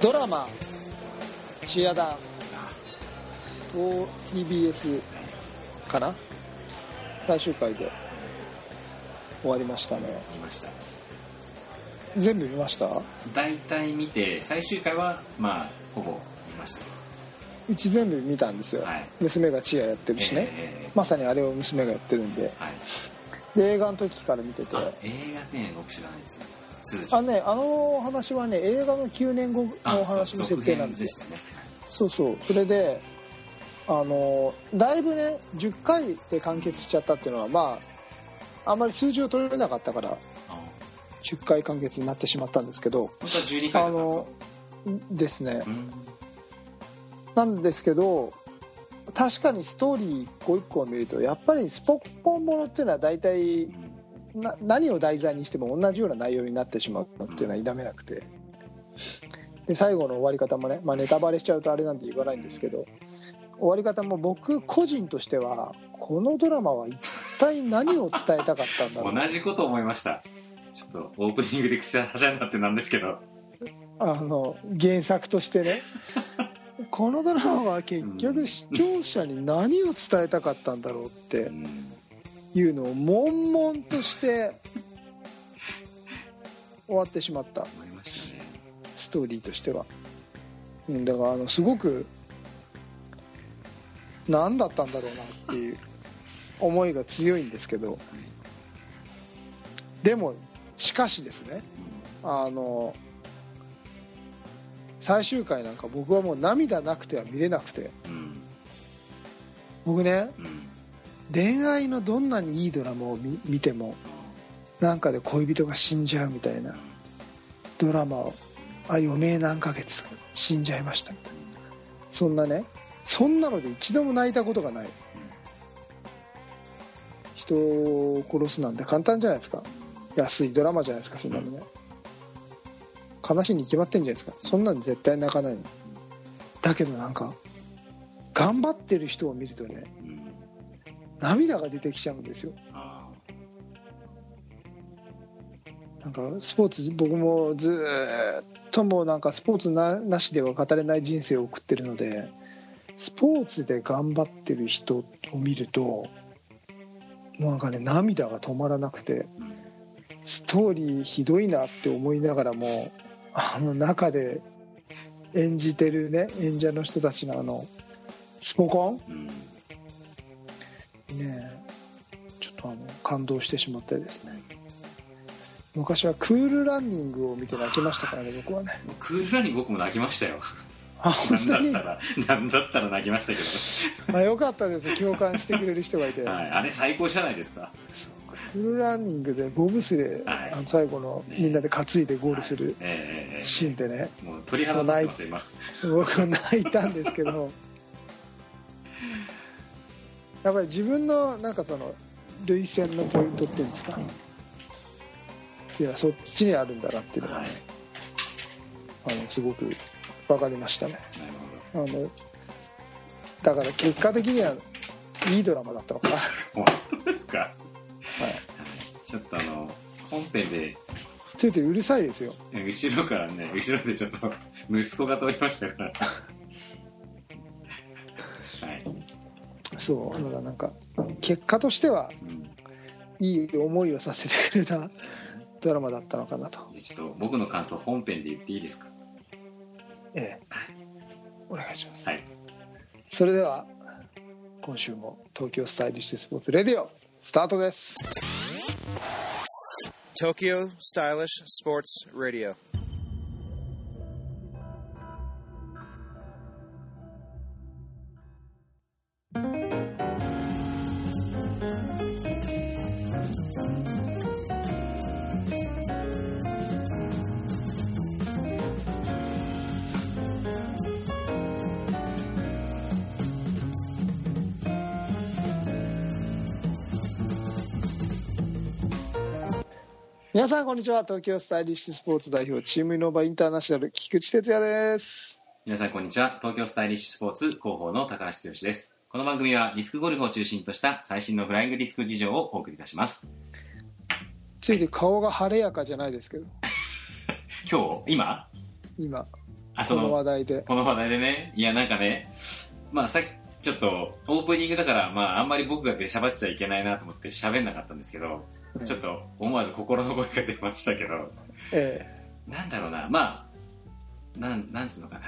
ドラマ「チアダン」を TBS かな最終回で終わりましたね見ました全部見ました大体見て最終回はまあほぼ見ましうち全部見たんですよ、はい娘がチアやってるしね、ええまさにあれを娘がやってるんでたはいで映画の時から見ててあ映画ね僕知らないですね鈴木あのねあの話はね映画の9年後のお話の設定なんですよよねそうそうそれであのだいぶね10回で完結しちゃったっていうのはまああんまり数字を取れなかったからあ本10回完結になってしまったんですけど当は12回だあったんですかのですねうんなんですけど確かにストーリー一個一個を見るとやっぱりスポッコンものっていうのは大体な何を題材にしても同じような内容になってしまうっていうのは否めなくてで最後の終わり方もね、まあ、ネタバレしちゃうとあれなんで言わないんですけど終わり方も僕個人としてはこのドラマは一体何を伝えたかったんだろう同じ こと思いましたちょっとオープニングで口はしゃになってなんですけどあの原作としてねこのドラマは結う局ん視聴者に何を伝えたかったんだろうってうんいうのを悶々として終わってしまった思いましたねストーリーとしてはうんだからあのすごく何だったんだろうなっていう思いが強いんですけどでもしかしですねあの最終回なんか僕はもう涙なくては見れなくてうんうん僕ねうん恋愛のどんなにいいドラマを見見てもなんかで恋人が死んじゃうみたいなドラマをあ余命何ヶ月死んじゃいましたみたいなそんなねそんなので一度も泣いたことがない人を殺すなんて簡単じゃないですか安いドラマじゃないですかそんなのね悲しいに決まってんじゃないですかそんなん絶対泣かないのだけどなんか頑張ってる人を見るとねうんうん涙が出てきちゃうんですよあなんかスポーツ僕もずーっともうなんかスポーツななしでは語れない人生を送ってるのでスポーツで頑張ってる人を見るともうなんかね涙が止まらなくてーうんストーリーひどいなって思いながらもあの中で演じてるね演者の人たちのあのスポコンうんねえちょっとあの感動してしまってですね昔はクールランニングを見て泣きましたからね僕はねもうクールラニ僕も泣きまし たよあ本なん当だにったらなんだったら泣きましたけまあよかったです共感してくれる人がいて、ど、はい、あれ最高じゃないですかクールランニングでボブスレー、はいあの最後のねみんなで担いでゴールするえええシーンでねえもう鳥肌立ってます今そう僕は泣いたんですけどやっぱり自分のなんかその涙腺のポイントっていうんですかいやそっちにあるんだなっていうのははいあのすごく分かりましたねなるあのだから結果的にはいいドラマだったのかな ほど本当ですか、ちょっとあの本編でついてうるさいですよえ後ろからね後ろでちょっと息子が通りました からはい、そうだからなんか結果としてはうん、いい思いをさせてくれたドラマだったのかなとでちょっと僕の感想本編で言っていいですかええお願いします、はいそれでは今週も東京スタイリッシュスポーツレディオスタートです Tokyo Stylish Sports Radio. い皆さんこんにちは東京スタイリッシュスポーツ代表チームイノバインターナショナル菊池哲也です皆さんこんにちは東京スタイリッシュスポーツ広報の高橋剛ですこの番組はディスクゴルフを中心とした最新のフライングディスク事情をお送りいたしますついて顔が晴れやかじゃないですけど今日今今あこそのの話題でこの話題でねいやなんかねまあさっきちょっとオープニングだからまああんまり僕が出しゃばっちゃいけないなと思って喋んなかったんですけど、うんちょっと思わず心の声が出ましたけどえなんだろうな、まあ、なん、なんつうのかな。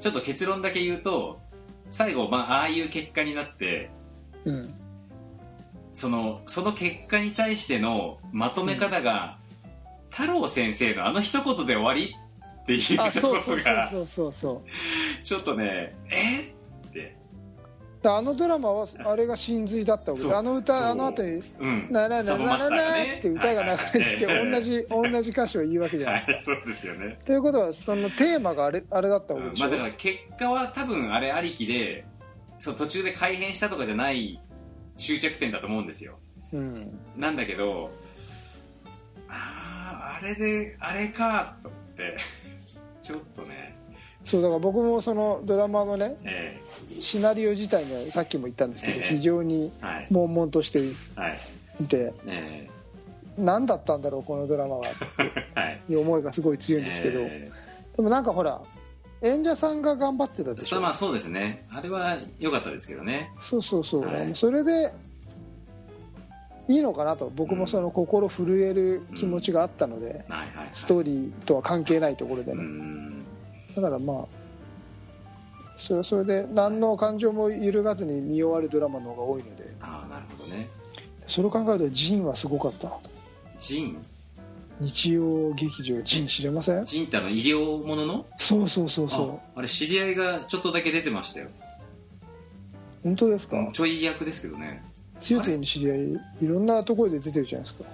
ちょっと結論だけ言うと、最後、まあ、ああいう結果になって、えうんその、その結果に対してのまとめ方が、太郎先生のあの一言で終わりっていう あとこそうそろうそうが、そうそうそうちょっとね、えだあのドラマはあれが真髄だったわけそうであのそう歌あの後にうん「ならなサらボなマスらターがなねい」って歌が流れてきはいはいはいて同じ同じ歌詞を言うわけじゃないはですかい、 そうですよね。ということはそのテーマがあれあれだったわけでしまょあだから結果は多分あれありきで、そう途中で改変したとかじゃない終着点だと思うんですよ。うんなんだけど、ああ、あれで、あれか、と思って、 ちょっとね、そうだから僕もそのドラマのねえシナリオ自体がさっきも言ったんですけえどえ非常にえはい、悶々としてはい、いてえ 何だったんだろうこのドラマはっえはい。ていう思いがすごい強いんですけどでえもなんかほら演者さんが頑張ってたえでしそょれまあそうですね。あれは良かったですけどね。そうそうそう、はいそれでいいのかなと僕もその心震える気持ちがあったので、はいはい、はい。ストーーリーとは関係ないところでうーね、ん。だからまあそれはそれで何の感情も揺るがずに見終わるドラマの方が多いのでああ、なるほどね。それを考えると「ジン」はすごかったなとジン、日曜劇場「ジン」知れませんジンってあの医療もののそうそうそうそうああれ知り合いがちょっとだけ出てましたよ。本当ですかちょい役ですけどね。 強いという知り合いいろんなところで出てるじゃないですか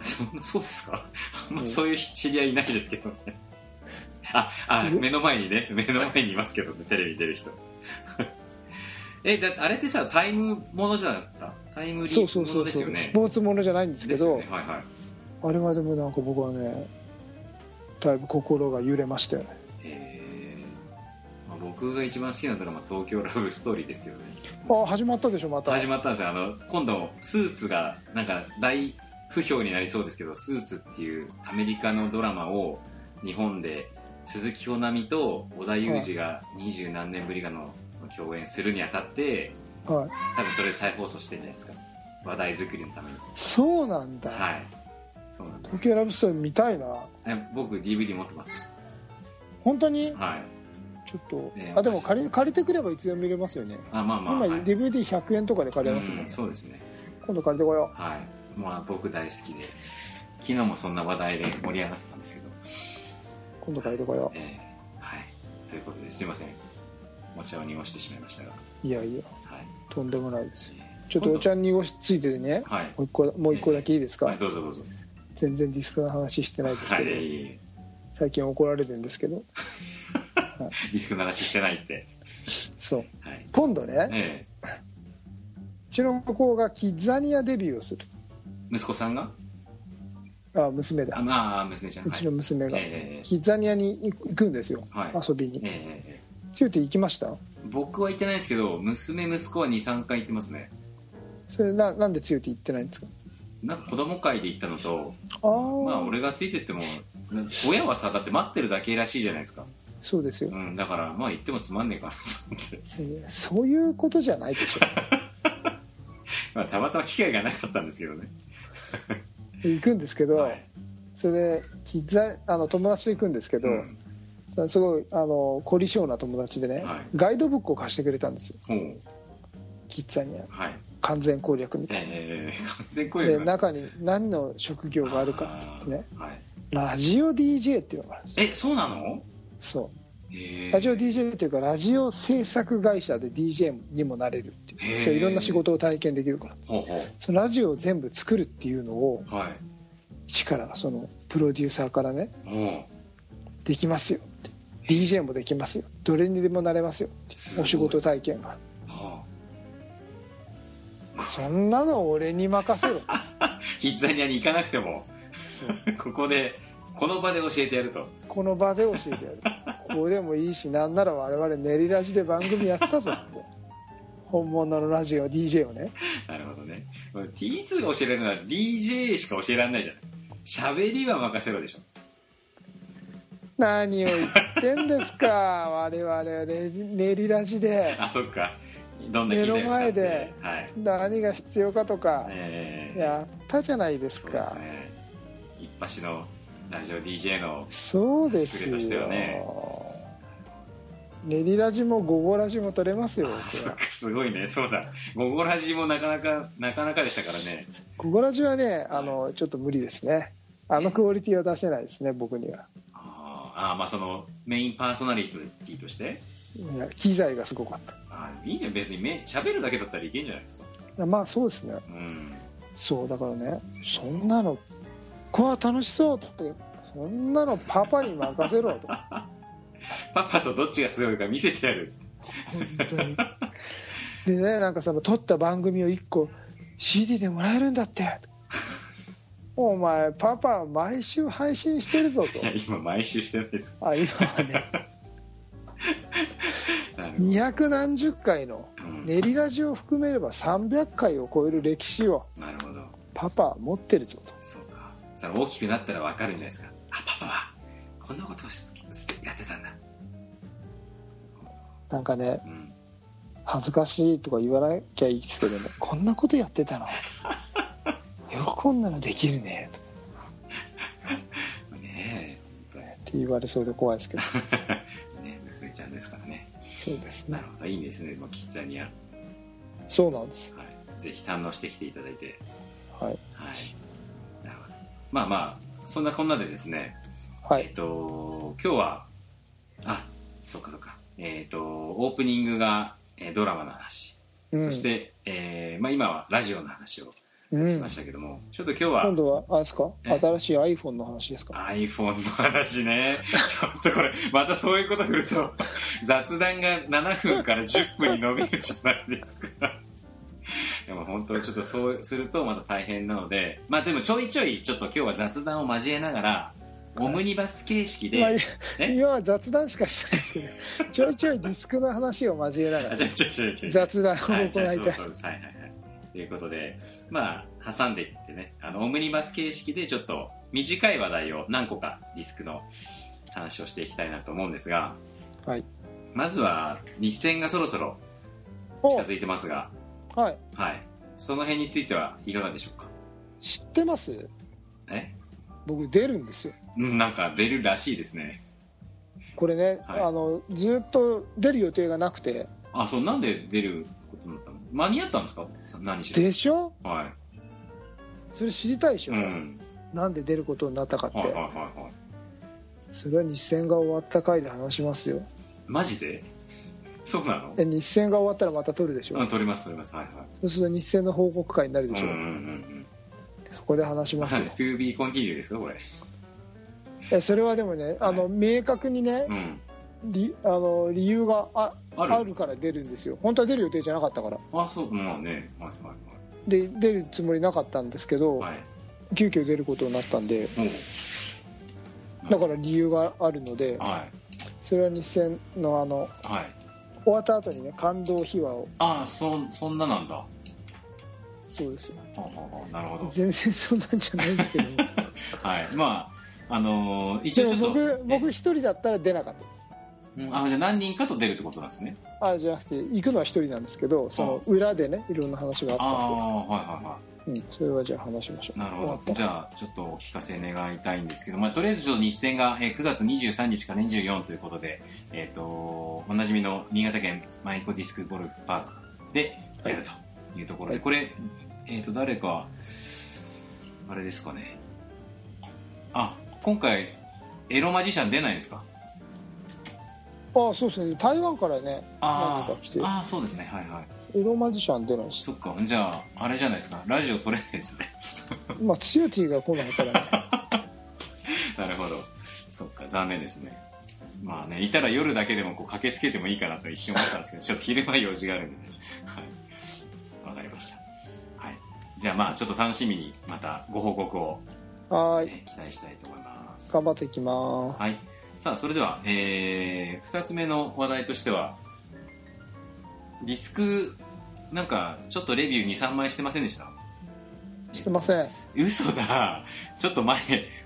そんなそうですか あんまうんそういう知り合いいないですけどねああ目の前にね 目の前にいますけどねテレビ出る人 えだあれってさタイムものじゃなかったタイムリそうーそうもそのうですそよう、ねスポーツものじゃないんですけどですよねはいはいあれはでもなんか僕はねだいぶ心が揺れましたよねえーまあ僕が一番好きなドラマ「東京ラブストーリー」ですけどねあ始まったでしょまた始まったんですよあの今度スーツがなんか大不評になりそうですけどスーツっていうアメリカのドラマを日本で鈴木保奈美と織田裕二が二十何年ぶりかの共演するにあたってはい、多分それ再放送してるんじゃないですか話題作りのためにそうなんだ、はいそうなんです東京ラブストーリー見たいなえ僕 DVD 持ってます本当にはいちょっと、ねあでも借り借りてくればいつでも見れますよねあまあまあ、今はい、 DVD100 円とかで借りれますようねん、そうですね今度借りてこよはいまあ僕大好きで昨日もそんな話題で盛り上がってたんですけどう今度借りてこよえーはい、ということですいませんお茶を濁してしまいましたが、はういやいやい、とんでもないですよえーちょっとお茶に濁しついててね今度はい、もう一個もう一個だけいいですか、はい、どうぞどうぞ全然ディスクの話してないですはけいど、えいえいえ最近怒られてるんですけどディスクの話してないってそうはい今度ねえうちの子がキッザニアデビューをするー、息子さんがあ娘あだまあ娘ちゃんうはちいの娘が、えーキッザニアに行くんですよ、はい遊びにえーえついて行きましたー僕は行ってないですけど娘息子は23回行ってますねそれななんで強いって言ってないんですかなんか子供会で行ったのとああ、まあ俺がついてってもな親はさだって待ってるだけらしいじゃないですか、そうですよ、うん、だからまあ行ってもつまんねえかなと思っていやいやそういうことじゃないでしょまあたまたま機会がなかったんですけどね行くんですけど、はいそれでキッザあの友達と行くんですけど、うんすごいあの凝り性な友達でね、はいガイドブックを貸してくれたんですよほうキッザニアはい完全攻略みたいえー、完全雇な、用で中に何の職業があるかって言ってねはい、ラジオ DJ っていうのがあるんですよえそうなのそえーうラジオ DJ っていうかラジオ制作会社で DJ にもなれるっていへうーそういろんな仕事を体験できるからほうほそのラジオを全部作るっていうのをうはい一からそのプロデューサーからねほできますよって DJ もできますよどれにでもなれますよってすごいお仕事体験がうはそんなの俺に任せろ あキッザニアに行かなくても ここでこの場で教えてやるとこの場で教えてやるここでもいいしなんなら我々練りラジで番組やってたぞって本物のラジオ DJ をねなるほどね T2 が教えられるのは DJ しか教えられないじゃん喋りは任せろでしょ何を言ってんですか 我々はレジ練りラジであそっかどんな機材を使っ目ての前ではい何が必要かとかえー、やったじゃないですそうでかすね一発のラジオ DJ のそうです作りとしてよはね練りラジも午後ラジも取れますよあ僕そっはか すごいねそうだゴゴラジもなかなかなかなかでしたからね午後ラジはねあのちょっと無理ですねあのクオリティは出せないですね僕にはあーあーまあそのメインパーソナリティとしていや機材がすごかっあーいいんじゃん別にめ喋るだけだったらいけんじゃないですかたまあそうですねうんそうだからねそんなのこわ楽しそうとってそんなのパパに任せろと本パパとどっちがすごいか見せてやる当にでねなんかその撮った番組を1個 CD でもらえるんだってお前パパ毎週配信してるぞいやと今毎週してないですあ今はねなるほど2何十回のうん練りラジを含めれば300回を超える歴史をなるほどパパは持ってるぞとそうかその大きくなったらわかるんじゃないですかあパパはこんなことをしやってたんだなんかねうん恥ずかしいとか言わなきゃいいですけどねこんなことやってたのよくこんなのできるねとかねねって言われそうで怖いですけどえね娘ちゃんですからねそうですなねるほどいいですねもうキッザニア、はそうなんですい、ぜひ堪能してきていただいてはいはいなるほどまあまあそんなこんなでですねはえっいと、今日は、あ、そうかそうか。えっと、オープニングが、えードラマの話。うんそして、えーまあ今はラジオの話をうしんましたけども、ちょっと今日は今度はあれですかえ新しい iPhone の話ですか iPhone の話ね。ちょっとこれ、またそういうことすると、雑談が7分から10分に伸びるじゃないですか。でも本当、ちょっとそうするとまた大変なので、まあでもちょいちょい、ちょっと今日は雑談を交えながら、オムニバス形式で、まあいえ今は雑談しかしてないですけどちょいちょいディスクの話を交えながあらちょいちょいちょいちょい雑談をは行い、いたじゃあいそうそうですはいはいはい。ということで、まあ、挟んでいってね、あの、オムニバス形式でちょっと短い話題を何個かディスクの話をしていきたいなと思うんですが、はいまずは、日戦がそろそろ近づいてますが、おはいはい。その辺についてはいかがでしょうか知ってますえ僕出るんですようんなんか出るらしいですね。これね、はいあのずっと出る予定がなくてあ、そう、なんで出ることになったの間に合ったんですかさ何しでしょろ。はそれ知りたいでしい。ょ、うん。なんで出ることになったかって、はいはいはいはい。それは日戦が終わった回で話しますよマジでそうなのえ日戦が終わったらまた撮るでしょ、うん、取ります取ります。はいはい。そうすると日戦の報告会になるでしょ、うんうんうんそこで話しうん。ますよ、 To be continued ですかこれ。えそれはでもねあの、明確にねうん。理あの理由がああるあるから出るんですよ本当は出る予定じゃなかったからあ、そう、まあね。はいはで出るつもりなかったんですけど、いはい。はい。急遽出ることになったんでもう、だから理由があるのではい。それは日戦のあのはい。終わった後にね感動秘話をああ、そ、そんななんだ。はそうですよあはあなるほど。全然そんなんじゃないんですけどはい。まあ、あのー 一で応もちょっと。僕僕一人だったら出なかったですうんあ、じゃあ何人かと出るってことなんですね。あじゃなくて行くのは一人なんですけどその裏でねいろんな話がああ、あっはいはいはたんで、うん、それはじゃあ話しましょい。うなるほ終ど。わっじゃあ、ちょっとお聞かせ願いたいんですけど、まあ、とりあえずちょっと日戦が、えー9月23日から24ということで、えっ、と、おなじみの新潟県マイコディスクゴルフパークでやるというところで、はいこれ、えっ、と、誰か、あれですかね。あ、今回、エロマジシャン出ないんですかたあそうですね台湾からね何あ人か来てーあー、そうですね。はいはい。エロマジシャン出ないですそっか。じゃあ、あれじゃないですか。ラジオ撮れないですね。まあツヨティが来ないから、 なるほど。そっか、残念ですね。まあね、いたら夜だけでもこう駆けつけてもいいかなと一瞬思ったんですけど、ちょっ と昼間用事があるんで、ね、はい。わかりました。はい。じゃあまあ、ちょっと楽しみにまたご報告をはーいね期待したいと思います。頑張っていきまはい。さあ、それでは、えー、2つ目の話題としては、ディスク、なんか、ちょっとレビュー2、3枚してませんでしたすしてません嘘だ。ちょっと前、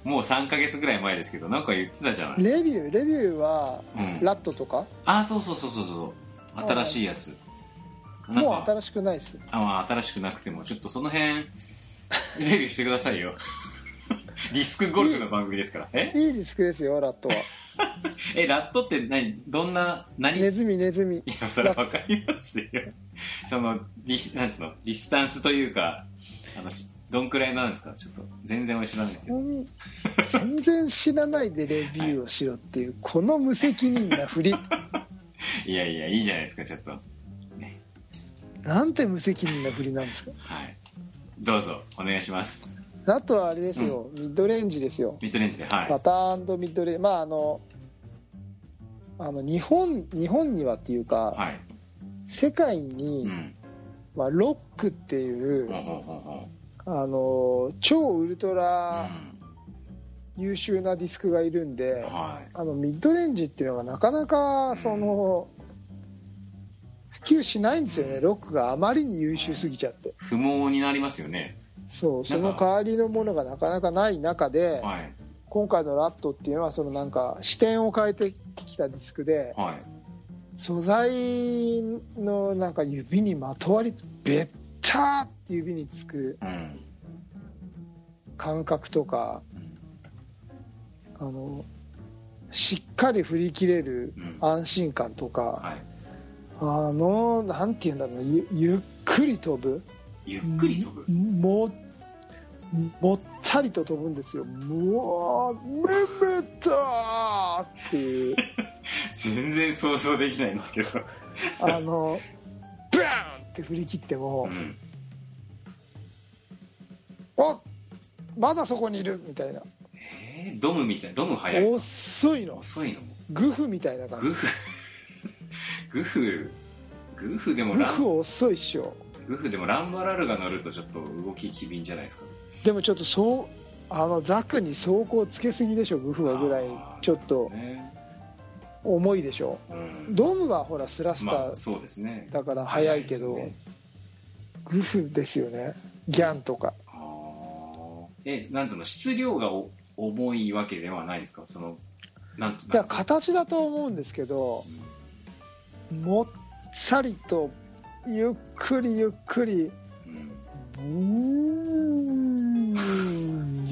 もう3ヶ月ぐらい前ですけど、なんか言ってたじゃない。レビューレビューはうん。ラットとかあ、そうそうそうそうそう。新しいやつ。なんもうか、新しくないですあまあ新しくなくても、ちょっとその辺、レビューしてくださいよ。 ディスクゴルフの番組ですから。えいいディスクですよラッ トはえ、ラットって何どんな、何ネズミネズミいや、それわかりますよ。その、ディス、なんつうの、ディスタンスというか、あの、しどんくらいなんですかちょっと、全然俺知らないんですけほど。ん全然知らないでレビューをしろっていうこの無責任な振 りいやいや、いいじゃないですか、ちょっと。なんて無責任な振りなんですかはい。どうぞ、お願いします。ラットはあれですよ、ミッドレンジですよミッドレンジで、はい。パターンミッドレンジまああのあの日本日本にはっていうか、はい。世界に、うん。まあ、ロックっていう、ほうほうほうほあの超ウルトう。ラ優秀なディスクがいるんでうん。、はい。あのミッドレンジっていうのがなかなかその、普及しないんですよねロックがあまりに優秀すぎちゃって不毛になりますよね。そうその代わりのものがなかなかない中ではい。今回の「ラット」っていうのはそのなんか視点を変えてきたディスクではい。素材のなんか指にまとわりつべったーって指につくうん。感覚とかうんあのしっかり振り切れるうん。安心感とかはい。あのなんていうんだろうなゆゆっくり飛ぶゆっくり飛ぶ。ももったりと飛ぶんですよもうめめたーって いう全然想像できないんですけど。あのバーンって振り切ってもうん。あまだそこにいるみたいなえー、ドムみたい。ドム早い。遅いの遅いのグフみたいな感グじフ グフグフでもグランフ遅いっしょグフでもランバラルが乗るとちょっと動き機敏じゃないですかでもちょっとそうあのザクに走行つけすぎでしょグフはぐらいあーちょっとね重いでしょうんドムはほらスラスタまあーそうですねだから速いけど、早ですねグフですよねギャンとかあーえなんつうの質量がお重いわけではないですかそのなんだからなんつうの形だと思うんですけどもっさりとゆっくりゆっくりうんうーん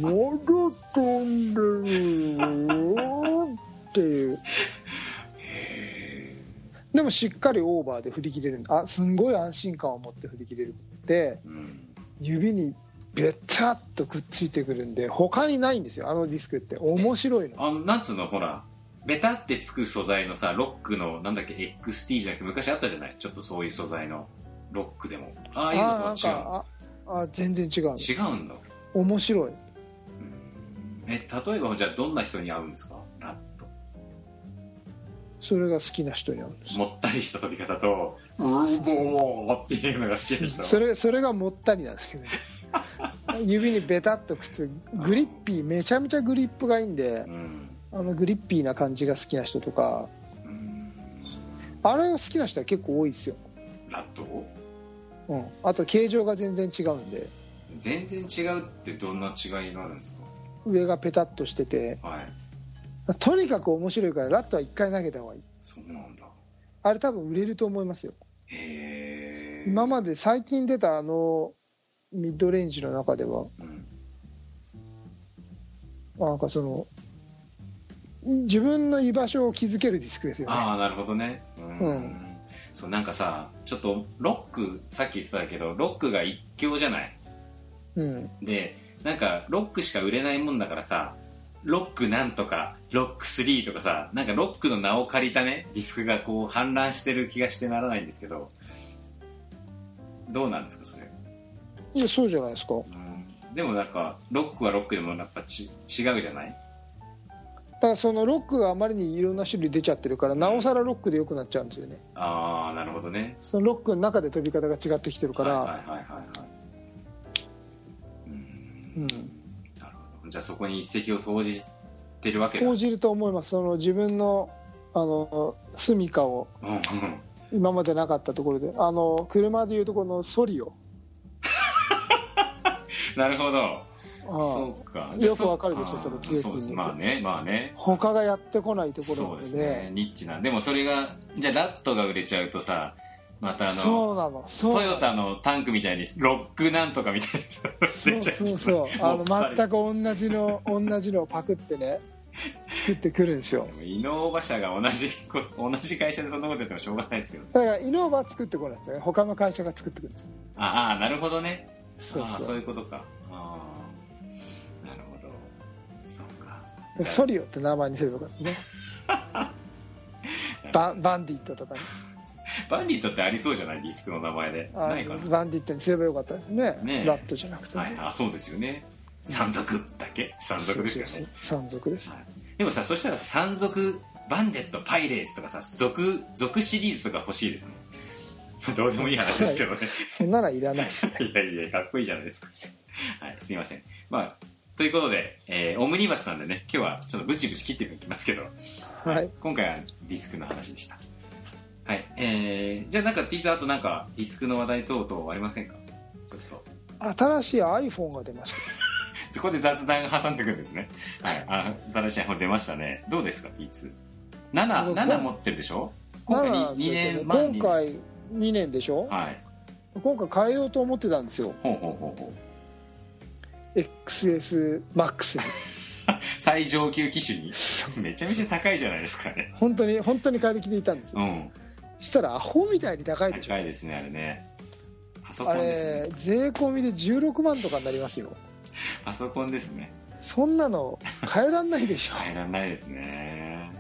まだ飛んでるよっていうへでもしっかりオーバーで振り切れるあすんごい安心感を持って振り切れるでーうん指にべたっとくっついてくるんで他にないんですよあのディスクって面白いのあなんつうのほらベタってつく素材のさロックのなんだっけ XT じゃなくて昔あったじゃないちょっとそういう素材のロックでもああいうのとなんは違うのかああ全然違うの違うんだ面白いえ例えばじゃあどんな人に会うんですかラットそれが好きな人になるんですもったりした飛び方と「うーぼー」っていうのが好きな人それそれがもったりなんですけどね指にベタっとくっつグリッピーめちゃめちゃグリップがいいんでうんあのグリッピーな感じが好きな人とかうんあれが好きな人は結構多いですよ、ラットうん、あと形状が全然違うんで全然違うってどんな違いがあるんです上がペタッとしててかはいとにかく面白いからラットは一回投げた方がいいそうなんだあれ多分売れると思いますよへえ今まで最近出たあのミッドレンジの中ではうんなんかその自分の居場所を築けるディスクですよねああなるほどねうん、うんそうなんかさちょっとロックさっき言ってたけどロックが一強じゃないうんでなんかロックしか売れないもんだからさロックなんとかロック3とかさなんかロックの名を借りたねディスクがこう氾濫してる気がしてならないんですけどどうなんですかそれ、いやそうじゃないですかうん、でもなんかロックはロックでもやっぱち違うじゃないただそのロックがあまりにいろんな種類出ちゃってるからなおさらロックで良くなっちゃうんですよねああなるほどねそのロックの中で飛び方が違ってきてるから、はいはいはいはいはいうんうんなるほどじゃあそこに一石を投じてるわけだ。う投んじると思いますその自分のあの住みをうん今までなかったところであの車でいうとこのソリをなるほど。うんそうか。よくわかるでしょそのあー強いそうです人まあね、まあね。他がやってこないとこそろうなでんすでねね。ニッチな。でもそれが、じゃあラットが売れちゃうとさ、またあその、うなのそうトヨタのタンクみたいに、ロックなんとかみたいなさ、そ出うちゃそうそうあの全く同じの同じのをパクってね作ってくるんですよイノーバ社が同じこ同じ会社でそんなことやってもしょうがないですけどだからイノーバは作ってこないですね他の会社が作ってくるんですよああなるほどねそうああそそうういうことかああなるほどそうかじゃあソリオって名前にすればよかったね バンバンディットとかねバンディットってありそうじゃないディスクの名前であないかなバンディットにすればよかったですねねえラットじゃなくてね、はいあそうですよね山賊だっけ山賊ですよねそうそうそう山賊ですでもさそしたら山賊バンデットパイレーツとかさ族族シリーズとか欲しいですね どうでもいい話ですけどねそんなのはいらないですねいやいや、かっこいいじゃないですか。はい、すいません。まあ、ということで、えーオムニバスなんでね、今日はちょっとブチブチ切っていきますけど、はい今 回はディスクの話でした。はい、えー、じゃあなんか T ザーとなんかディスクの話題等々ありませんかちょっと。新しい iPhone が出ましたそこで雑談挟んでいくんですね。はい、あ新しい本出ましたね。どうですか ?T2。7、7持ってるでしょ今回 2, 2年前今に。回2年でしょ、はい。今回変えようと思ってたんですよほうほうほうほう。 XSMAX に 最上級機種に。 めちゃめちゃ高いじゃないですか ね。本当に本当に買いに来ていたんですようん。したらアホみたいに高いでしょ高いですねあれねパソコあンですねれ税込みで16万とかになりますよパソコンですねそんなの変えらんないでしょ変えらんないですね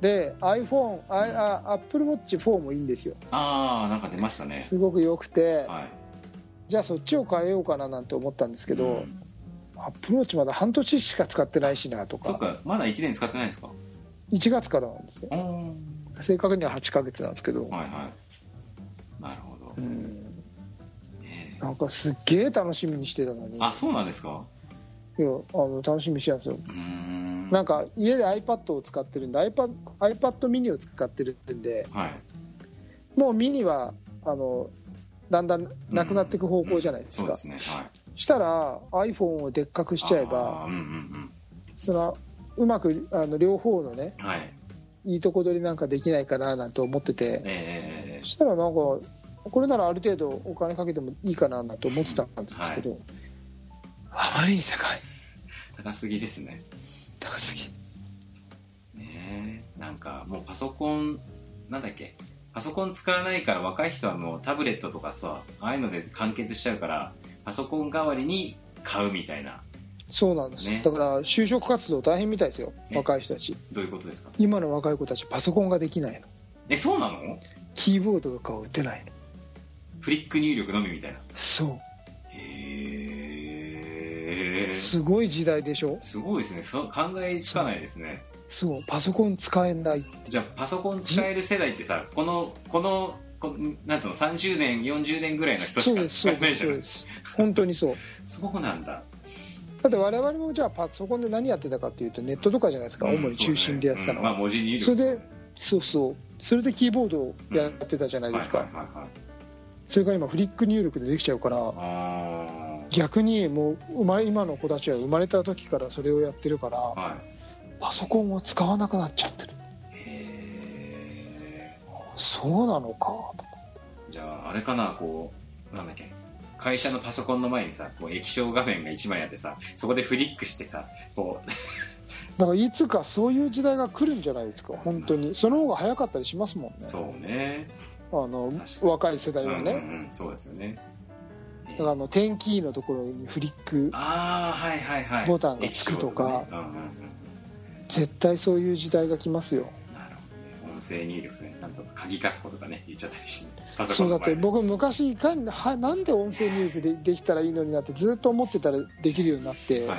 で iPhone ああ AppleWatch4 もいいんですよああなんか出ましたねすごく良くてはいじゃあそっちを変えようかななんて思ったんですけうど、んアップローチまだ半年しか使ってないしなとそっかかまだ1年使ってないんですか1月からなんですようーん正確には8ヶ月なんですけど、はいはいなるほどう、んねえなんかすっげえ楽しみにしてたのにいやあそうなんですかあの楽しみにしてたんですようーんなんか家で iPad を使ってるんで iPad, iPad ミニを使ってるんではいもうミニはあのだんだんなくなっていく方向じゃないですそうか、ですねはいしたら iPhone をでっかくしちゃえばあーうんうんそのうまくあの両方のねうんはいいいとこ取りなんかできないかななんて思っててええそしたらなんかこれならある程度お金かけてもいいかななんて思ってたんですけど、あまりに高い高すぎですね高すぎねえなんかもうパソコンなんだっけパソコン使わないから若い人はもうタブレットとかさああいうので完結しちゃうからパソコン代わりに買うみたいなそうなんです、ねだから就職活動大変みたいですよね若い人たちどういうことですか今の若い子たちパソコンができないのえそうなのキーボードとかを打てないのフリック入力のみみたいなそへえうすごい時代でしょすごいですねそう考えつかないですねそうパソコン使えないじゃあパソコン使える世代ってさこのこのこなんつうの30年40年ぐらいの人そしうかです使そうえでないすそうじゃないです本当にそうそうなんだだって我々もじゃあパソコンで何やってたかっていうとネットとかじゃないですか、うん主に中心でやってたのそうだねうんまは、あ文字入力それでそうそうそれでキーボードをやってたじゃないですか、はいはいはいはいそれが今フリック入力でできちゃうからあ逆にもう生まれ今の子たちは生まれた時からそれをやってるからあはいパソコンを使わなくなっちゃってるへそうなのかとーじゃああれかなこうなんだっけ会社のパソコンの前にさこう液晶画面が1枚あってさそこでフリックしてさこうだからいつかそういう時代が来るんじゃないですか本当にその方が早かったりしますもんねそうねあの確かに若い世代はね、うんうんうん、そうですよねだからあのテンキーのところにフリックああはいはいはいボタンがつくとか液晶ねうんうん絶対そういう時代が来ますようんなるほどね音声入力ねなんとか鍵括弧とかね言っちゃったりしてパソそうコだンっのて前で僕昔いかにはなんで音声入力でできたらいいのになってずっと思ってたらできるようになって、はいやはい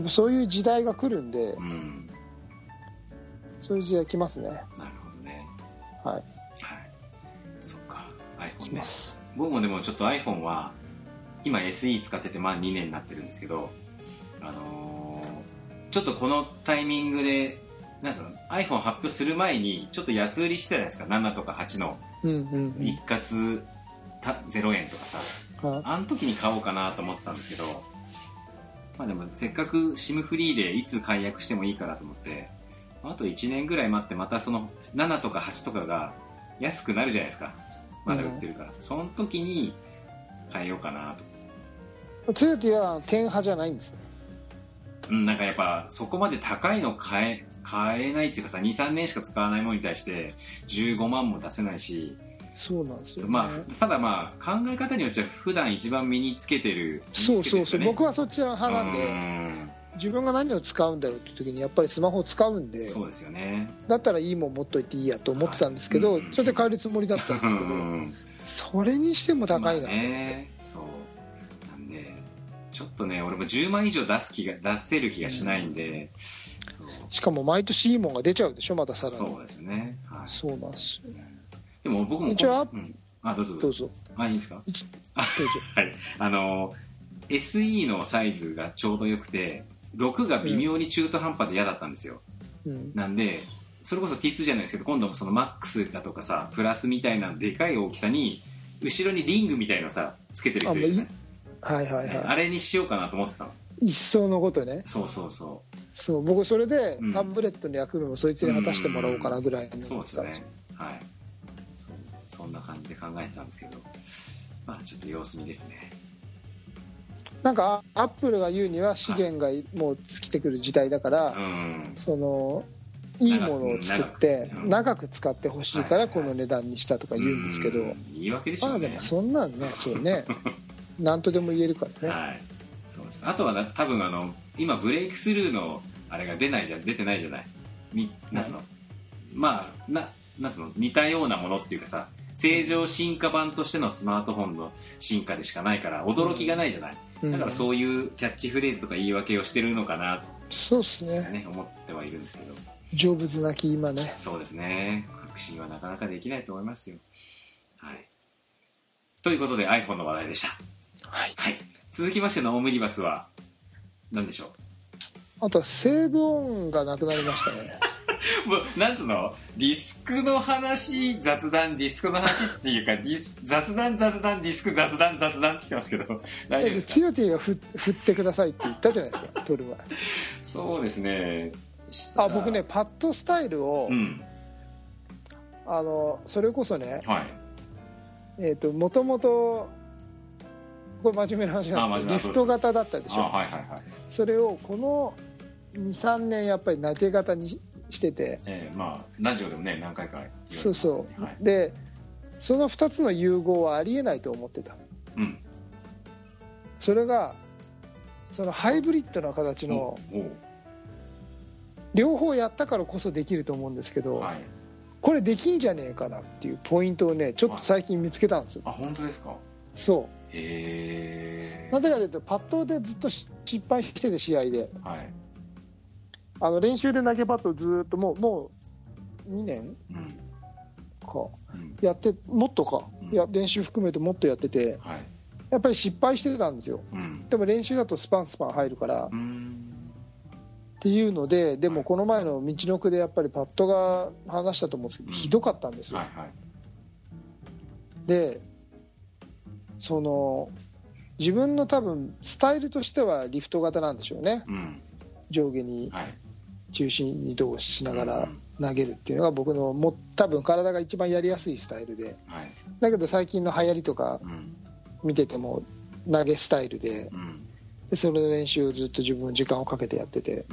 っぱそういう時代が来るんでうんそういう時代来ますねなるほどねはいはいそっか来 iPhone ねます僕もでもちょっと iPhone は今 SE 使っててまあ2年になってるんですけど、あのーちょっとこのタイミングで、なんつうの、iPhone 発表する前に、ちょっと安売りしてたじゃないですか、7とか8のうんうん一括た0円とかさ、うんはあの時に買おうかなと思ってたんですけど、まあでもせっかく SIM フリーでいつ解約してもいいからと思って、あと1年ぐらい待ってまたその7とか8とかが安くなるじゃないですか。まだ売ってるから。その時に変えようかなと。いツーティは10派じゃないんですねうん、なんかやっぱそこまで高いの買え、買えないっていうかさ、2、3年しか使わないものに対して15万も出せないし、そうなんですよ、ね、まあ、ただまあ考え方によっちゃ普段一番身につけてる。そうそうそう、身につけてる僕はそっちの派なんで、ねうん自分が何を使うんだろうって時にやっぱりスマホを使うんでそうですよね。だったらいいもん持っといていいやと思ってたんですけど、はいうんそれで買えるつもりだったんですけど、それにしても高いな、まあね。そう。なんで、ちょっとね、俺も10万以上出す気が、出せる気がしないんで、そうしかも毎年いいもんが出ちゃうでしょまたさらにそうですね。はい。そうなんですよでも僕も、一応うん、あ、どうぞどどううぞ。ぞあ、いいんですかどうぞあの、SE のサイズがちょうど良くて、6が微妙に中途半端で嫌だったんですよ。 うんなんで、それこそ T2 じゃないですけど、今度もその MAX だとかさ、プラスみたいなでかい大きさに、後ろにリングみたいなさ、つけてる人いるじゃないはいはいねはあれにしようかなと思ってたのい一層のことねそうそうそそう僕それで、うんタブレットの役目もそいつに果たしてもらおうかなぐらいうにそう思っでてたすんねですよはいそうそんな感じで考えてたんですけどまあちょっと様子見ですねなんかあアップルが言うには資源がもう尽きてくる時代だから、うんそのいいものを作って長く長うくん使ってほしいはかいはいはらいこの値段にしたとか言うんですけど、う言い訳でしまょあうでねもそんなん ねそうねなんとでも言えるからねはいそうですあとはな多分あの今ブレイクスルーのあれが出ないじゃ出てないじゃないみなんつうのまあななんつうの似たようなものっていうかさ正常進化版としてのスマートフォンの進化でしかないから驚きがないじゃない、うんだからそういうキャッチフレーズとか言い訳をしてるのかなっそうですねね、思ってはいるんですけど、成仏なき今ねそうですね、確信はなかなかできないと思いますよ。はい。ということで iPhone の話題でした。はいはい。続きましてのオムニバスは、何でしょあとはセーブ音がなくなりましたねう。もう、なんつうのディスクの話、雑談、ディスクの話っていうか、ディス雑談、雑談、ディスク、雑談、雑談って言ってますけど、大丈夫えですツかヨティが振振ってくださいって言ったじゃないですか撮る前そうですね。あ僕ね。パッドスタイルを、うん。あのそれこそねはい。えっ、ともともとこれ真面目な話なんですけどあ真面目リなフト型だったでしあ、ょはいはいはい。それをこの23年やっぱり投げ型にしててえー、まあ、ラジオでもね、何回か言われてますそねうそう、はい。でその2つの融合はありえないと思ってたうん。それがそのハイブリッドな形のおう両方やったからこそできると思うんですけど、おうはい。これできんじゃねえかなっていうポイントをねちょっと最近見つけたんですよあ、本当ですかそうへえなぜかというとパッドでずっとし失敗してて試合ではい、あの練習で投げパッドをずっともうもう2年うんかうんやってもっとかうんいや練習含めてもっとやっててはいやっぱり失敗してたんですようんでも練習だとスパンスパン入るからうーんっていうのででもこの前の道のくでやっぱりパッドが話したと思うんですけどうんひどかったんですよ、はいはいでその自分の多分スタイルとしてはリフト型なんでしょうねうん上下にはい中心移動しながらうん投げるっていうのが僕のも多分体が一番やりやすいスタイルではいだけど最近の流行りとかうん見てても投げスタイルでうんでそれの練習をずっと自分時間をかけてやってて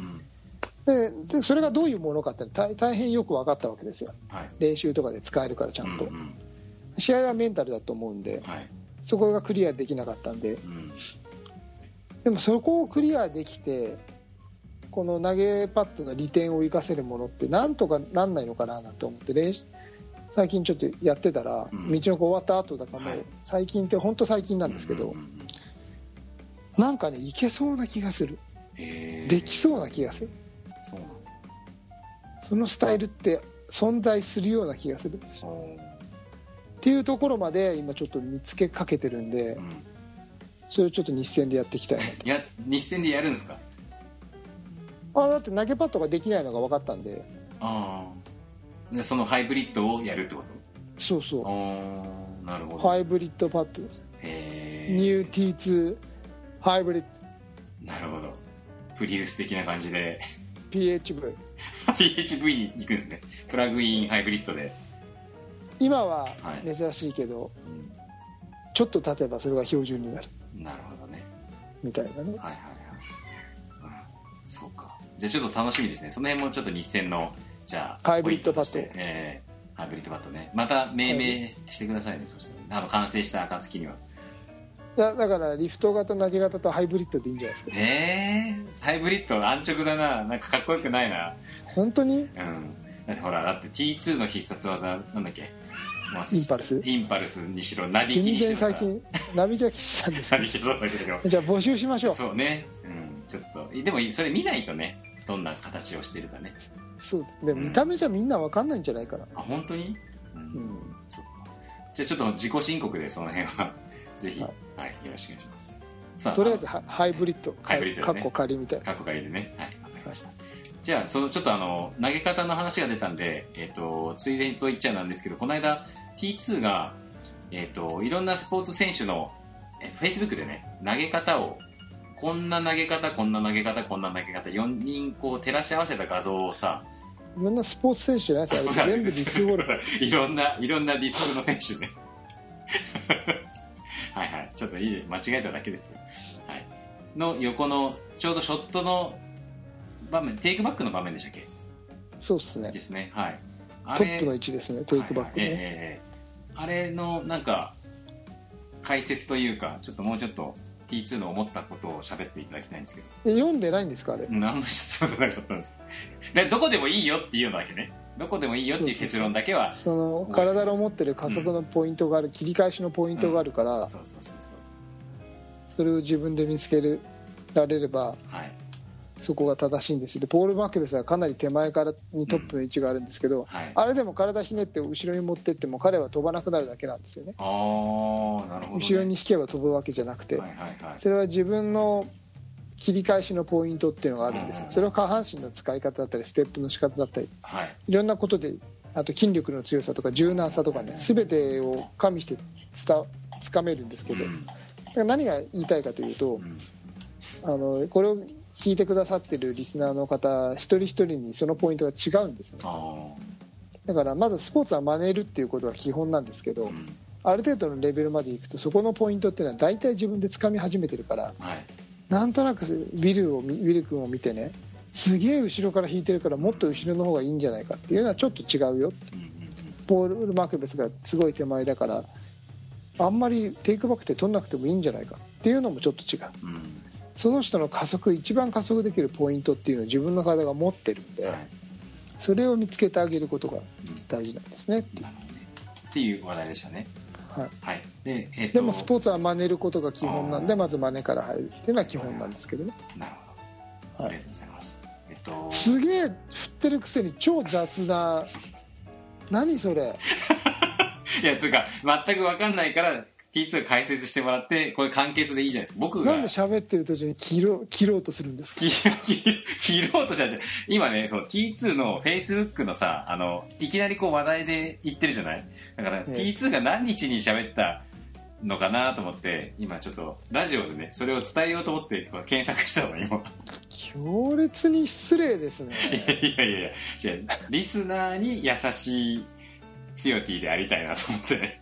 うんででそれがどういうものかって大大変よく分かったわけですよはい練習とかで使えるからちゃんと、うんうん試合はメンタルだと思うんではいそこがクリアできなかったんでうんでもそこをクリアできてこの投げパッドの利点を生かせるものってなんとかなんないのかななんて思って練習最近ちょっとやってたら、うん道の子終わった後だからもはうい最近って本当最近なんですけど、うんうんうんなんかねいけそうな気がするへえできそうな気がするそうなんだそのスタイルって存在するような気がするっそうていうところまで今ちょっと見つけかけてるんでうんそれちょっと日戦でやっていきたいなといや日戦でやるんですかあだって投げパットができないのが分かったんでああでそのハイブリッドをやるってことそうそああなるほうど、ハイブリッドパットですへニえュー T2 ハイブリッなるほどプリウス的な感じで ド PHV PHV に行くんですねプラグインハイブリッドで、今ははい珍しいけど、うちょっと経てばそれが標準になるん、なるほどねみたいなねはいはいはい、うん、そうかじゃあちょっと楽しみですねその辺もちょっと日戦のじゃあハイブリッドパッドポインとしてええハイブリッドパッドねまた命名してくださいね、そしてあの完成した暁にはいやだからリフト型投げ型とハイブリッドでいいんじゃないですかええハイブリッド安直だななんかかっこよくないな本当にうんだってほらだって T2 の必殺技なんだっけインパルスインパルスにしろナビキ全にしろ然さ最近ナビキャキしたんですナけビキそうだけどどじゃあ募集しましょうそうそうねうんちょっとでもそれ見ないとねどんな形をしてるかねですでも見た目じゃみんな分かんないんじゃないかなあ本当に、うんんそっかじゃあちょっと自己申告でその辺は ぜひ、ははいよろしくお願いしますさあとりあえずはハイブリッドハイブリッドだかねっこ仮みたいな過去りでねはいわかりましたじゃあそのちょっとあの投げ方の話が出たんで、えっとついでにと言っちゃなんですけどこの間 T2 が、えっといろんなスポーツ選手の、えっと Facebook でね投げ方をこんな投げ方こんな投げ方こんな投げ方4人こう照らし合わせた画像をさみんなスポーツ選手じゃないですか全部ディスゴルフ いろんな、いろんなディスゴルフの選手ね。 はいはい。ちょっといい、間違えただけですよ。はい。の横の、ちょうどショットの場面、テイクバックの場面でしたっけそうですねですね。はい。あトップの位置ですねテイクバックはいはいね、ええええあれの、なんか、解説というか、ちょっともうちょっと T2 の思ったことを喋っていただきたいんですけど、え読んでないんですかあれうんあんまりちょっとなかったんです。で、どこでもいいよっていうのだけね。どこでもいいよっていう結論だけはその体の持ってる加速のポイントがある、切り返しのポイントがあるから、そうそうそうそうそれを自分で見つけられればはいそこが正しいんですよでポール・マクベスはかなり手前からにトップの位置があるんですけど、はいああれでも体ひねって後ろに持ってっても彼は飛ばなくなるだけなんですよねあーなるほど、ね、後ろに引けば飛ぶわけじゃなくて、はいはいはいそれは自分の切り返しのポイントっていうのがあるんですよ、うんそれは下半身の使い方だったりステップの仕方だったりはいいろんなことであと筋力の強さとか柔軟さとかね全てを加味してつたつかめるんですけど、うんだから何が言いたいかというとうんあのこれを聞いてくださってるリスナーの方一人一人にそのポイントが違うんですねあーだからまずスポーツは真似るっていうことが基本なんですけどうんある程度のレベルまでいくとそこのポイントっていうのは大体自分で掴み始めてるからはいなんとなくウィルを見ウィル君を見てねすげえ後ろから引いてるからもっと後ろの方がいいんじゃないかっていうのはちょっと違うようんうんポール・マクベスがすごい手前だからあんまりテイクバックって取んなくてもいいんじゃないかっていうのもちょっと違ううんその人の加速一番加速できるポイントっていうのを自分の体が持ってるんうんで、はいそれを見つけてあげることが大事なんですね、なるほどねっていう話題でしたねはい、はいでえっとでもスポーツは真似ることが基本なんあでーまず真似から入るっていうのは基本なんですけどねなるほどあはいりがとうございますえっとすげえ振ってるくせに超雑な何それいやつうか全く分かんないから T2 解説してもらってこれ簡潔でいいじゃないですか僕がなんで喋ってる途中に切ろう切ろうとするんですか切 切ろうとしたじゃん。今ね、そう、T2 の Facebook のさ、あの、いきなりこう話題で言ってるじゃないだから、ええ T2 が何日に喋ったのかなと思って、今ちょっと、ラジオでね、それを伝えようと思って、こう検索したの、今。 強烈に失礼ですねいやいやいや、違うリスナーに優しい強 T でありたいなと思ってね。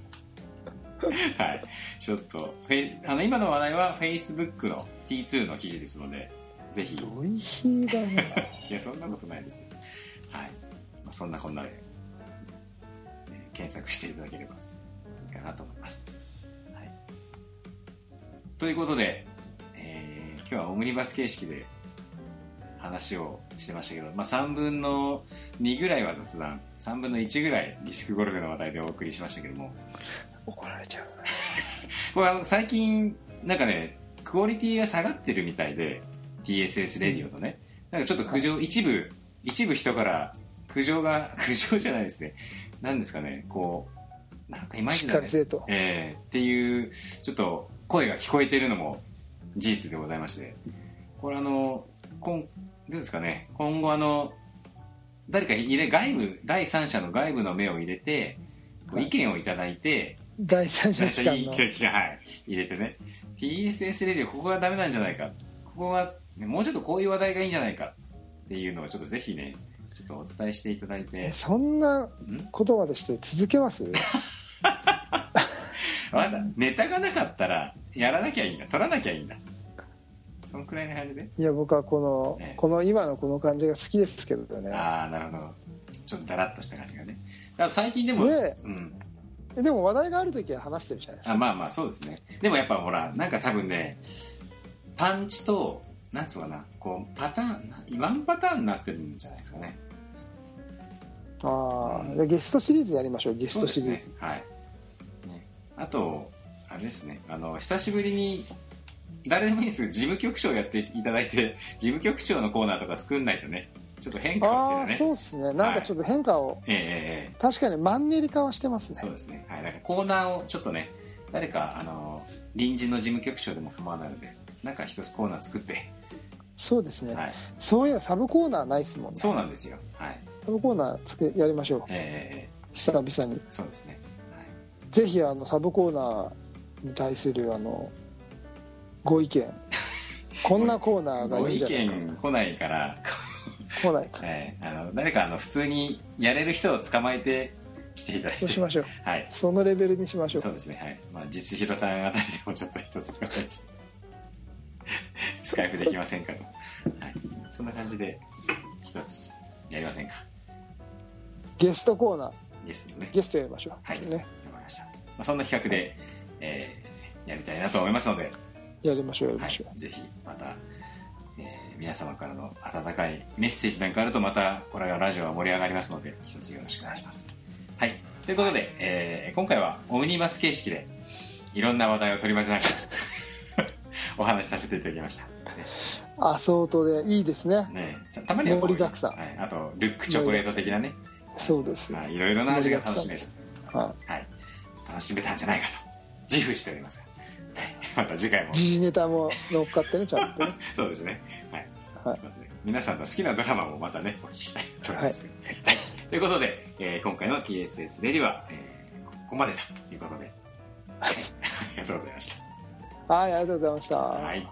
はい。ちょっと、フェイあの、今の話題は Facebook の T2 の記事ですので、ぜひ、美味しいだないや、そんなことないですよ。はい。まあ、そんなこんなで、えー検索していただければいいかなと思います。はい。ということで、えー今日はオムニバス形式で話をしてましたけど、まあ、3分の2ぐらいは雑談、3分の1ぐらいディスクゴルフの話題でお送りしましたけども、怒られちゃうこれあの最近、なんかね、クオリティが下がってるみたいで、TSS レディオとね。なんかちょっと苦情、一部、一部人から苦情が、 苦情じゃないですね。なんですかね、こう、なんかいまいしちっだかねりせえとえーっていう、ちょっと声が聞こえてるのも事実でございまして、これあの、今、どうですかね、今後あの、誰か入れ、外部、第三者の外部の目を入れはて、い意見をいただいて、第三者最初機関いいの空気が、はい、入れてね TSS レディオここがダメなんじゃないかここはもうちょっとこういう話題がいいんじゃないかっていうのをちょっとぜひねちょっとお伝えしていただいえてそんなうんことまでして続けますわかったネタがなかったらやらなきゃいいんだ取らなきゃいいんだそのくらいの感じでいや僕はこのええこの今のこの感じが好きですけどねああなるほどちょっとだらっとした感じがねだから最近でも、でうんえでも話題がある時は話してるじゃないですかあまあまあそうですねでもやっぱほらなんか多分ねパンチとなんつうのかなこうパターンワンパターンになってるんじゃないですかねあうあゲストシリーズやりましょうゲストシリーズ、そうですねはい、ね、あとあれですねあの久しぶりに誰でもいいですけど事務局長やっていただいて 事務局長のコーナーとか作んないとねちょっと変化あをあしてそるうねですねなんかちょっと変化を、えええええ確かにマンネリ化はしてますえそうねですねはいなんかコーナーをちょっとね誰かあの臨時の事務局長でも構わないのでなんか一つコーナー作って、そうですね、はい、そういえばサブコーナーないっすもんねサそうなんですよはいブコーナーつけやりましょうえええええ久々にえそうですね、はい、ぜひあのサブコーナーに対するあのご意 見こんなコーナーがごいいん意じゃないか見来ないから来ないかえーあの誰かあの普通にやれる人を捕まえて来ていただいてそうしましょうはいそのレベルにしましょうそうですねはい、まあ、実弘さんあたりでもちょっと一つ捕まえてスカイプできませんかと、はい、そんな感じで一つやりませんかゲストコーナーですのでねゲストやりましょう、はいねわかりました、まあ、そんな企画で、えーやりたいなと思いますので、やりましょうやりはましょう、い、ぜひまた、えー皆様からの温かいメッセージなんかあるとまたこれがラジオは盛り上がりますので一つよろしくお願いしますはいということで、えー今回はオムニバス形式でいろんな話題を取り混ぜながら お話しさせていただきましたアソートでいいですねねねさたまにはこう盛りだくさんはい、あとルックチョコレート的なね、そうです、まあ、いろいろな味が楽しめるははい楽しめたんじゃないかと自負しておりますはいまた次回もい、時事ネタも乗っかってねちゃんと ねそうですね。はい。はいまずね皆さんの好きなドラマもまたね、お聞きしたいと思います。はい。ということで、えー今回の TSS レディは、えーここまでということで、はいありがとうございました。はいありがとうございました、はい。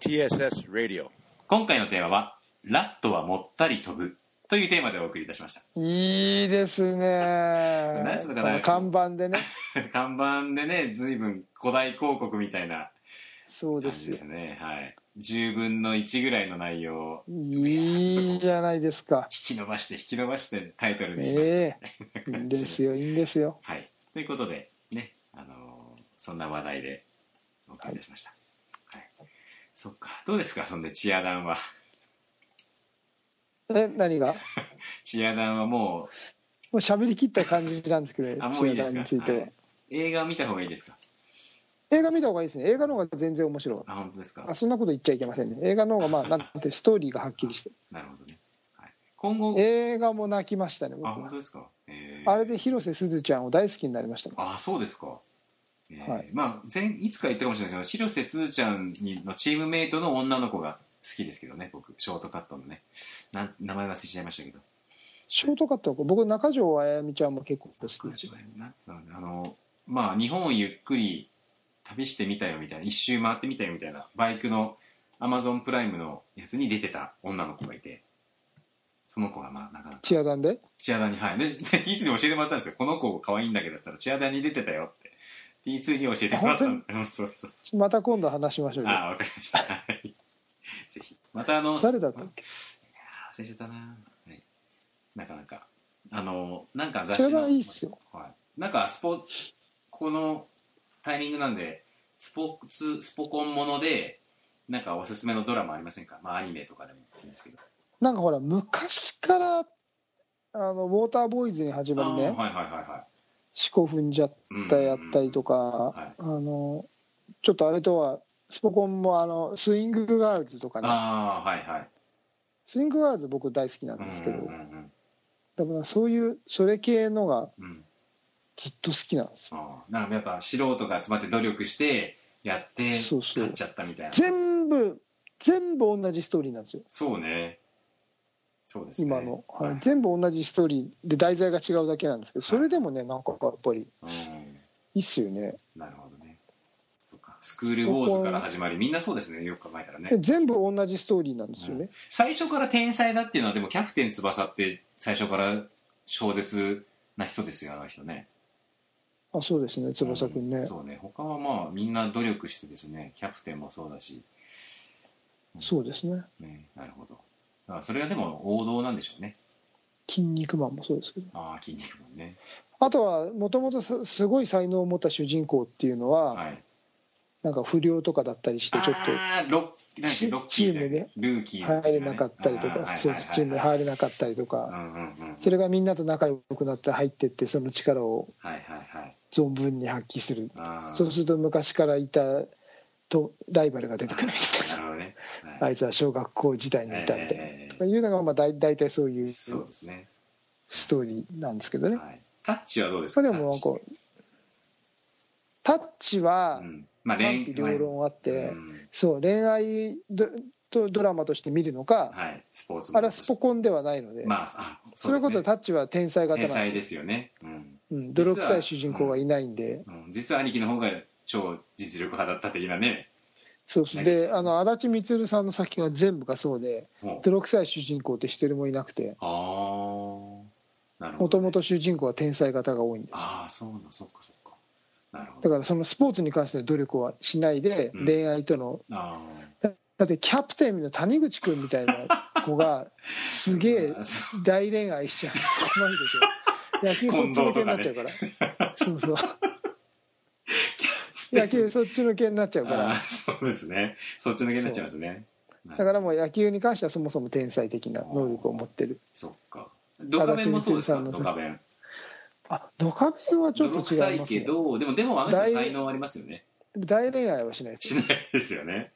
TSS Radio. 今回のテーマは、ラットはもったり飛ぶというテーマでお送りいたしました。 いいですね。なんつうのかなこ看板でね。看板でね、随分古代広告みたいなそう感でじすでよす。ね。はい。10分の1ぐらいの内容をいいじゃないですか。引き伸ばして引き伸ばしてタイトルにしました。ええいいんですよ、いいんですよ。はい。ということで、ね、あのーそんな話題でお送りいたしました。はい。そっか。どうですかそんで、チアダンは。 え、何が。もチアダンはもう喋り切った感じなんですけど、う、ねあ、、もチういいアでダすンか、については、はい映画見た方がいいですか映画見た方がいいですね。映画の方が全然面白い。あ、本当ですかあ、そんなこと言っちゃいけませんね。映画の方が、まあ、なんてストーリーがはっきりして。なるほどね。はい、今後、映画も泣きましたね。僕あ、本当はですか、えーあれで広瀬すずちゃんを大好きになりましたね。あ、そうですか。えーはいまあ前、いつか言ったかもしれないですけど、白瀬すずちゃんにのチームメイトの女の子が好きですけどね、僕、ショートカットのね。なん名前忘れちゃいましたけど。ショートカット、僕中条あやみちゃんも結構好きです。なんつうのあのまあ日本をゆっくり旅してみたよみたいな一周回ってみたよみたいなバイクのアマゾンプライムのやつに出てた女の子がいてその子がまあなかなかチアダンで。チアダにはいでで T2 に教えてもらったんですよこの子可愛いんだけどって言ったらチアダに出てたよって T2 に教えてもらったん本でそうそうそまた今度話しましょううよ。ああわかりましたはいぜひまたあの誰だったっけあー忘れちゃったな、はい、なかなかあのなんか雑チア誌ダのンいいっすよ。はい、なんかスポこのタイミングなんでスポーツスポコンものでなんかおすすめのドラマありませんかまあアニメとかでもいいんですけどなんかほら昔からあのウォーターボーイズに始まりあーねはいはいはいは四股踏んじゃっい、うんたやったりとか、あのちょっとあれとはスポコンもあのスイングガールズとかねああはいはいスイングガールズ僕大好きなんですけど、うんうんだからそういうそれ系のがうんうんずっと好きなんですよあーなんかやっぱ素人が集まって努力してやってそうそう勝っちゃったみたいな全部全部同じストーリーなんですよそうねそうですね今の、はいはい全部同じストーリーで題材が違うだけなんですけどそれでもねなんかやっぱりうんいいっすよねなるほどねそっかスクールウォーズから始まりみんなそうですねよく考えたらね全部同じストーリーなんですよね、最初から天才だっていうのはでもキャプテン翼って最初から超絶な人ですよあの人ねあそうですね翼くんね、うんそそうね他はまあみんな努力してですねキャプテンもそうだしうですねねなるほどだからそれがでも王道なんでしょうね「筋肉マン」もそうですけどああ筋肉もねあとはもともとすすごい才能を持った主人公っていうのは、はいなんか不良とかだったりしてちょっとあーロッなんだっけチロッチキーームズねルーキーズとかね入れなかったりとあかーそうチームにはい入れなかったりとはいかはいはいうんうんうんそれがみんなと仲良くなって入ってってその力をはいはいはい存分に発揮するあーそうすると昔からいたとライバルが出てくるみたいなるほどねなはあいいつは小学校時代にいたみたいな、えいうのがまあ大大体そういうーそうスですねトーリーなんですけどね、はい、タッチはどうですまかあでもなんタッかタッチはチうんまあ、賛否恋両論あって、うんそう恋愛ドとドラマとして見るのか、はい、スポーツあれはスポコンではないので、まあ、あそれこそタッタッチは天才型天なん才ですでよすよね、うんうん、泥臭い主人公がいないんで、うん、実は兄貴の方が超実力派だった的なねそうそうないですであの足立光さんの作品は全部がそうでもう泥臭い主人公って一人もいなくてああなるほど、ね、もともと主人公は天才型が多いんですよああそうなんそっかそっかなるほだどからそのスポーツに関しての努力はしないで、うん恋愛とのあだってキャプテンの谷口君みたいな子がすげえ あそ大恋愛しちゃうんですよ困るでしょ野球そっちのけになっちゃうから、そうそう野球そっちのけになっちゃううかあーらそうですねそっちのけになっちゃいますねだからもう野球に関してはそもそも天才的な能力を持ってるそっかドカベンもそうですか足立光ドカさベンあドカベンはちょっと泥臭違いいますけねどでもでもあの人才能ありますよね大恋愛はしないですし ないですよね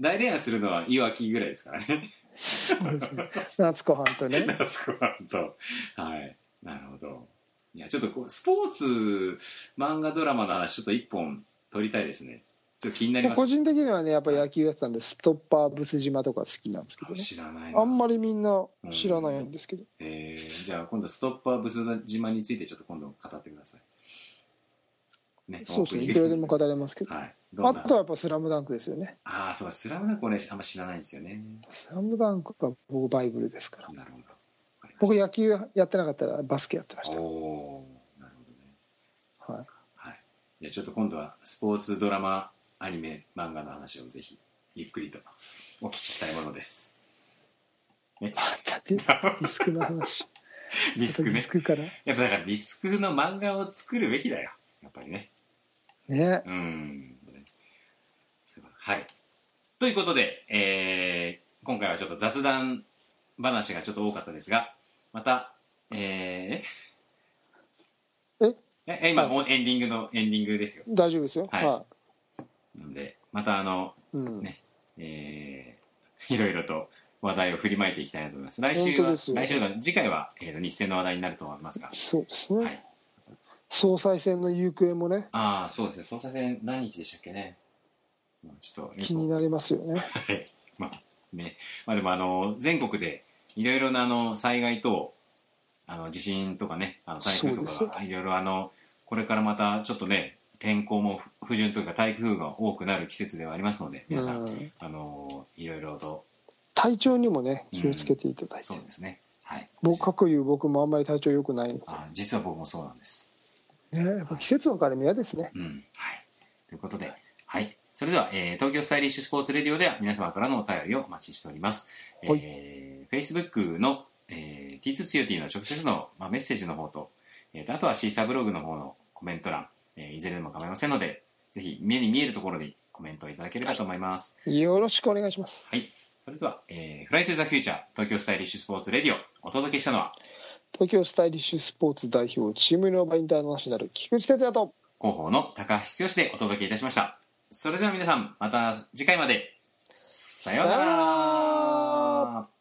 大恋愛するのはいわきぐらいですからねそうですね夏子飯とねあそこはとはいなるほどいやちょっとこうスポーツ漫画ドラマの話ちょっと一本取りたいですねちょっと気になります個人的にはねやっぱ野球やってたんでストッパーブス島とか好きなんですけどね知らないなあんまりみんな知らないんですけど、えーじゃあ今度ストッパーブス島についてちょっと今度語ってくださいねそうそうオープニンいグくらでも語れますけど、はいどあんなとはやっぱ「スラムダンクですよねああそうスラムダンク俺あんま知らないんですよね「スラムダンクが僕バイブルですからなるほどわかりました僕野球やってなかったらバスケやってました、おーなるほどねはい、 はいじゃあちょっと今度はスポーツドラマアニメ漫画の話をぜひゆっくりとお聞きしたいものですまたデディスクの 話ディスクまたディねスクからやっぱだからディスクの漫画を作るべきだよやっぱりねねうんそういうことはいということで、えー今回はちょっと雑談話がちょっと多かったですがまたええーええ今もうエンディングのエンディングですよ大丈夫ですよははいい、なのでまたあのうんねえーいろいろと話題を振りまいていきたいなと思います。来週本当は、来です週よの次回は、えーと日清の話題になると思いますが、そうですね、はい総裁選の行方もねああ、そうですね、総裁選何日でしたっけね。まあちょっとよく、気になりますよねはい。まあ、ね。まあでも、あの、全国で、いろいろな、あの、災害と、あの、地震とかね、あの、台風とそうでか、いろいろ、あの、これからまた、ちょっとね、天候も不順というか、台風が多くなる季節ではありますので、 皆さん、うんあの、いろいろと、体調にもね気をつけていただいて、そうですね。はい。僕かくいう僕もあんまり体調良くないのあ実は僕もそうなんです。で、ね、やっぱ季節の変わり目嫌ですねうん。はい。ということで、はい。それでは、えー東京スタイリッシュスポーツレディオでは皆様からのお便りをお待ちしております。はいえー Facebook の、えー、T2COT の直接の、まあ、メッセージの方と、えーとあとはシーサーブログの方のコメント欄、えーいずれでも構いませんので、ぜひ目に見えるところにコメントをいただければと思います。よろしくお願いしますはい。それでは、えー、フライトゥザフューチャー東京スタイリッシュスポーツレディオお届けしたのは東京スタイリッシュスポーツ代表チームイノーバインターナショナル菊池哲也と広報の高橋剛でお届けいたしました。それでは皆さん、また次回まで。さようなさようなら。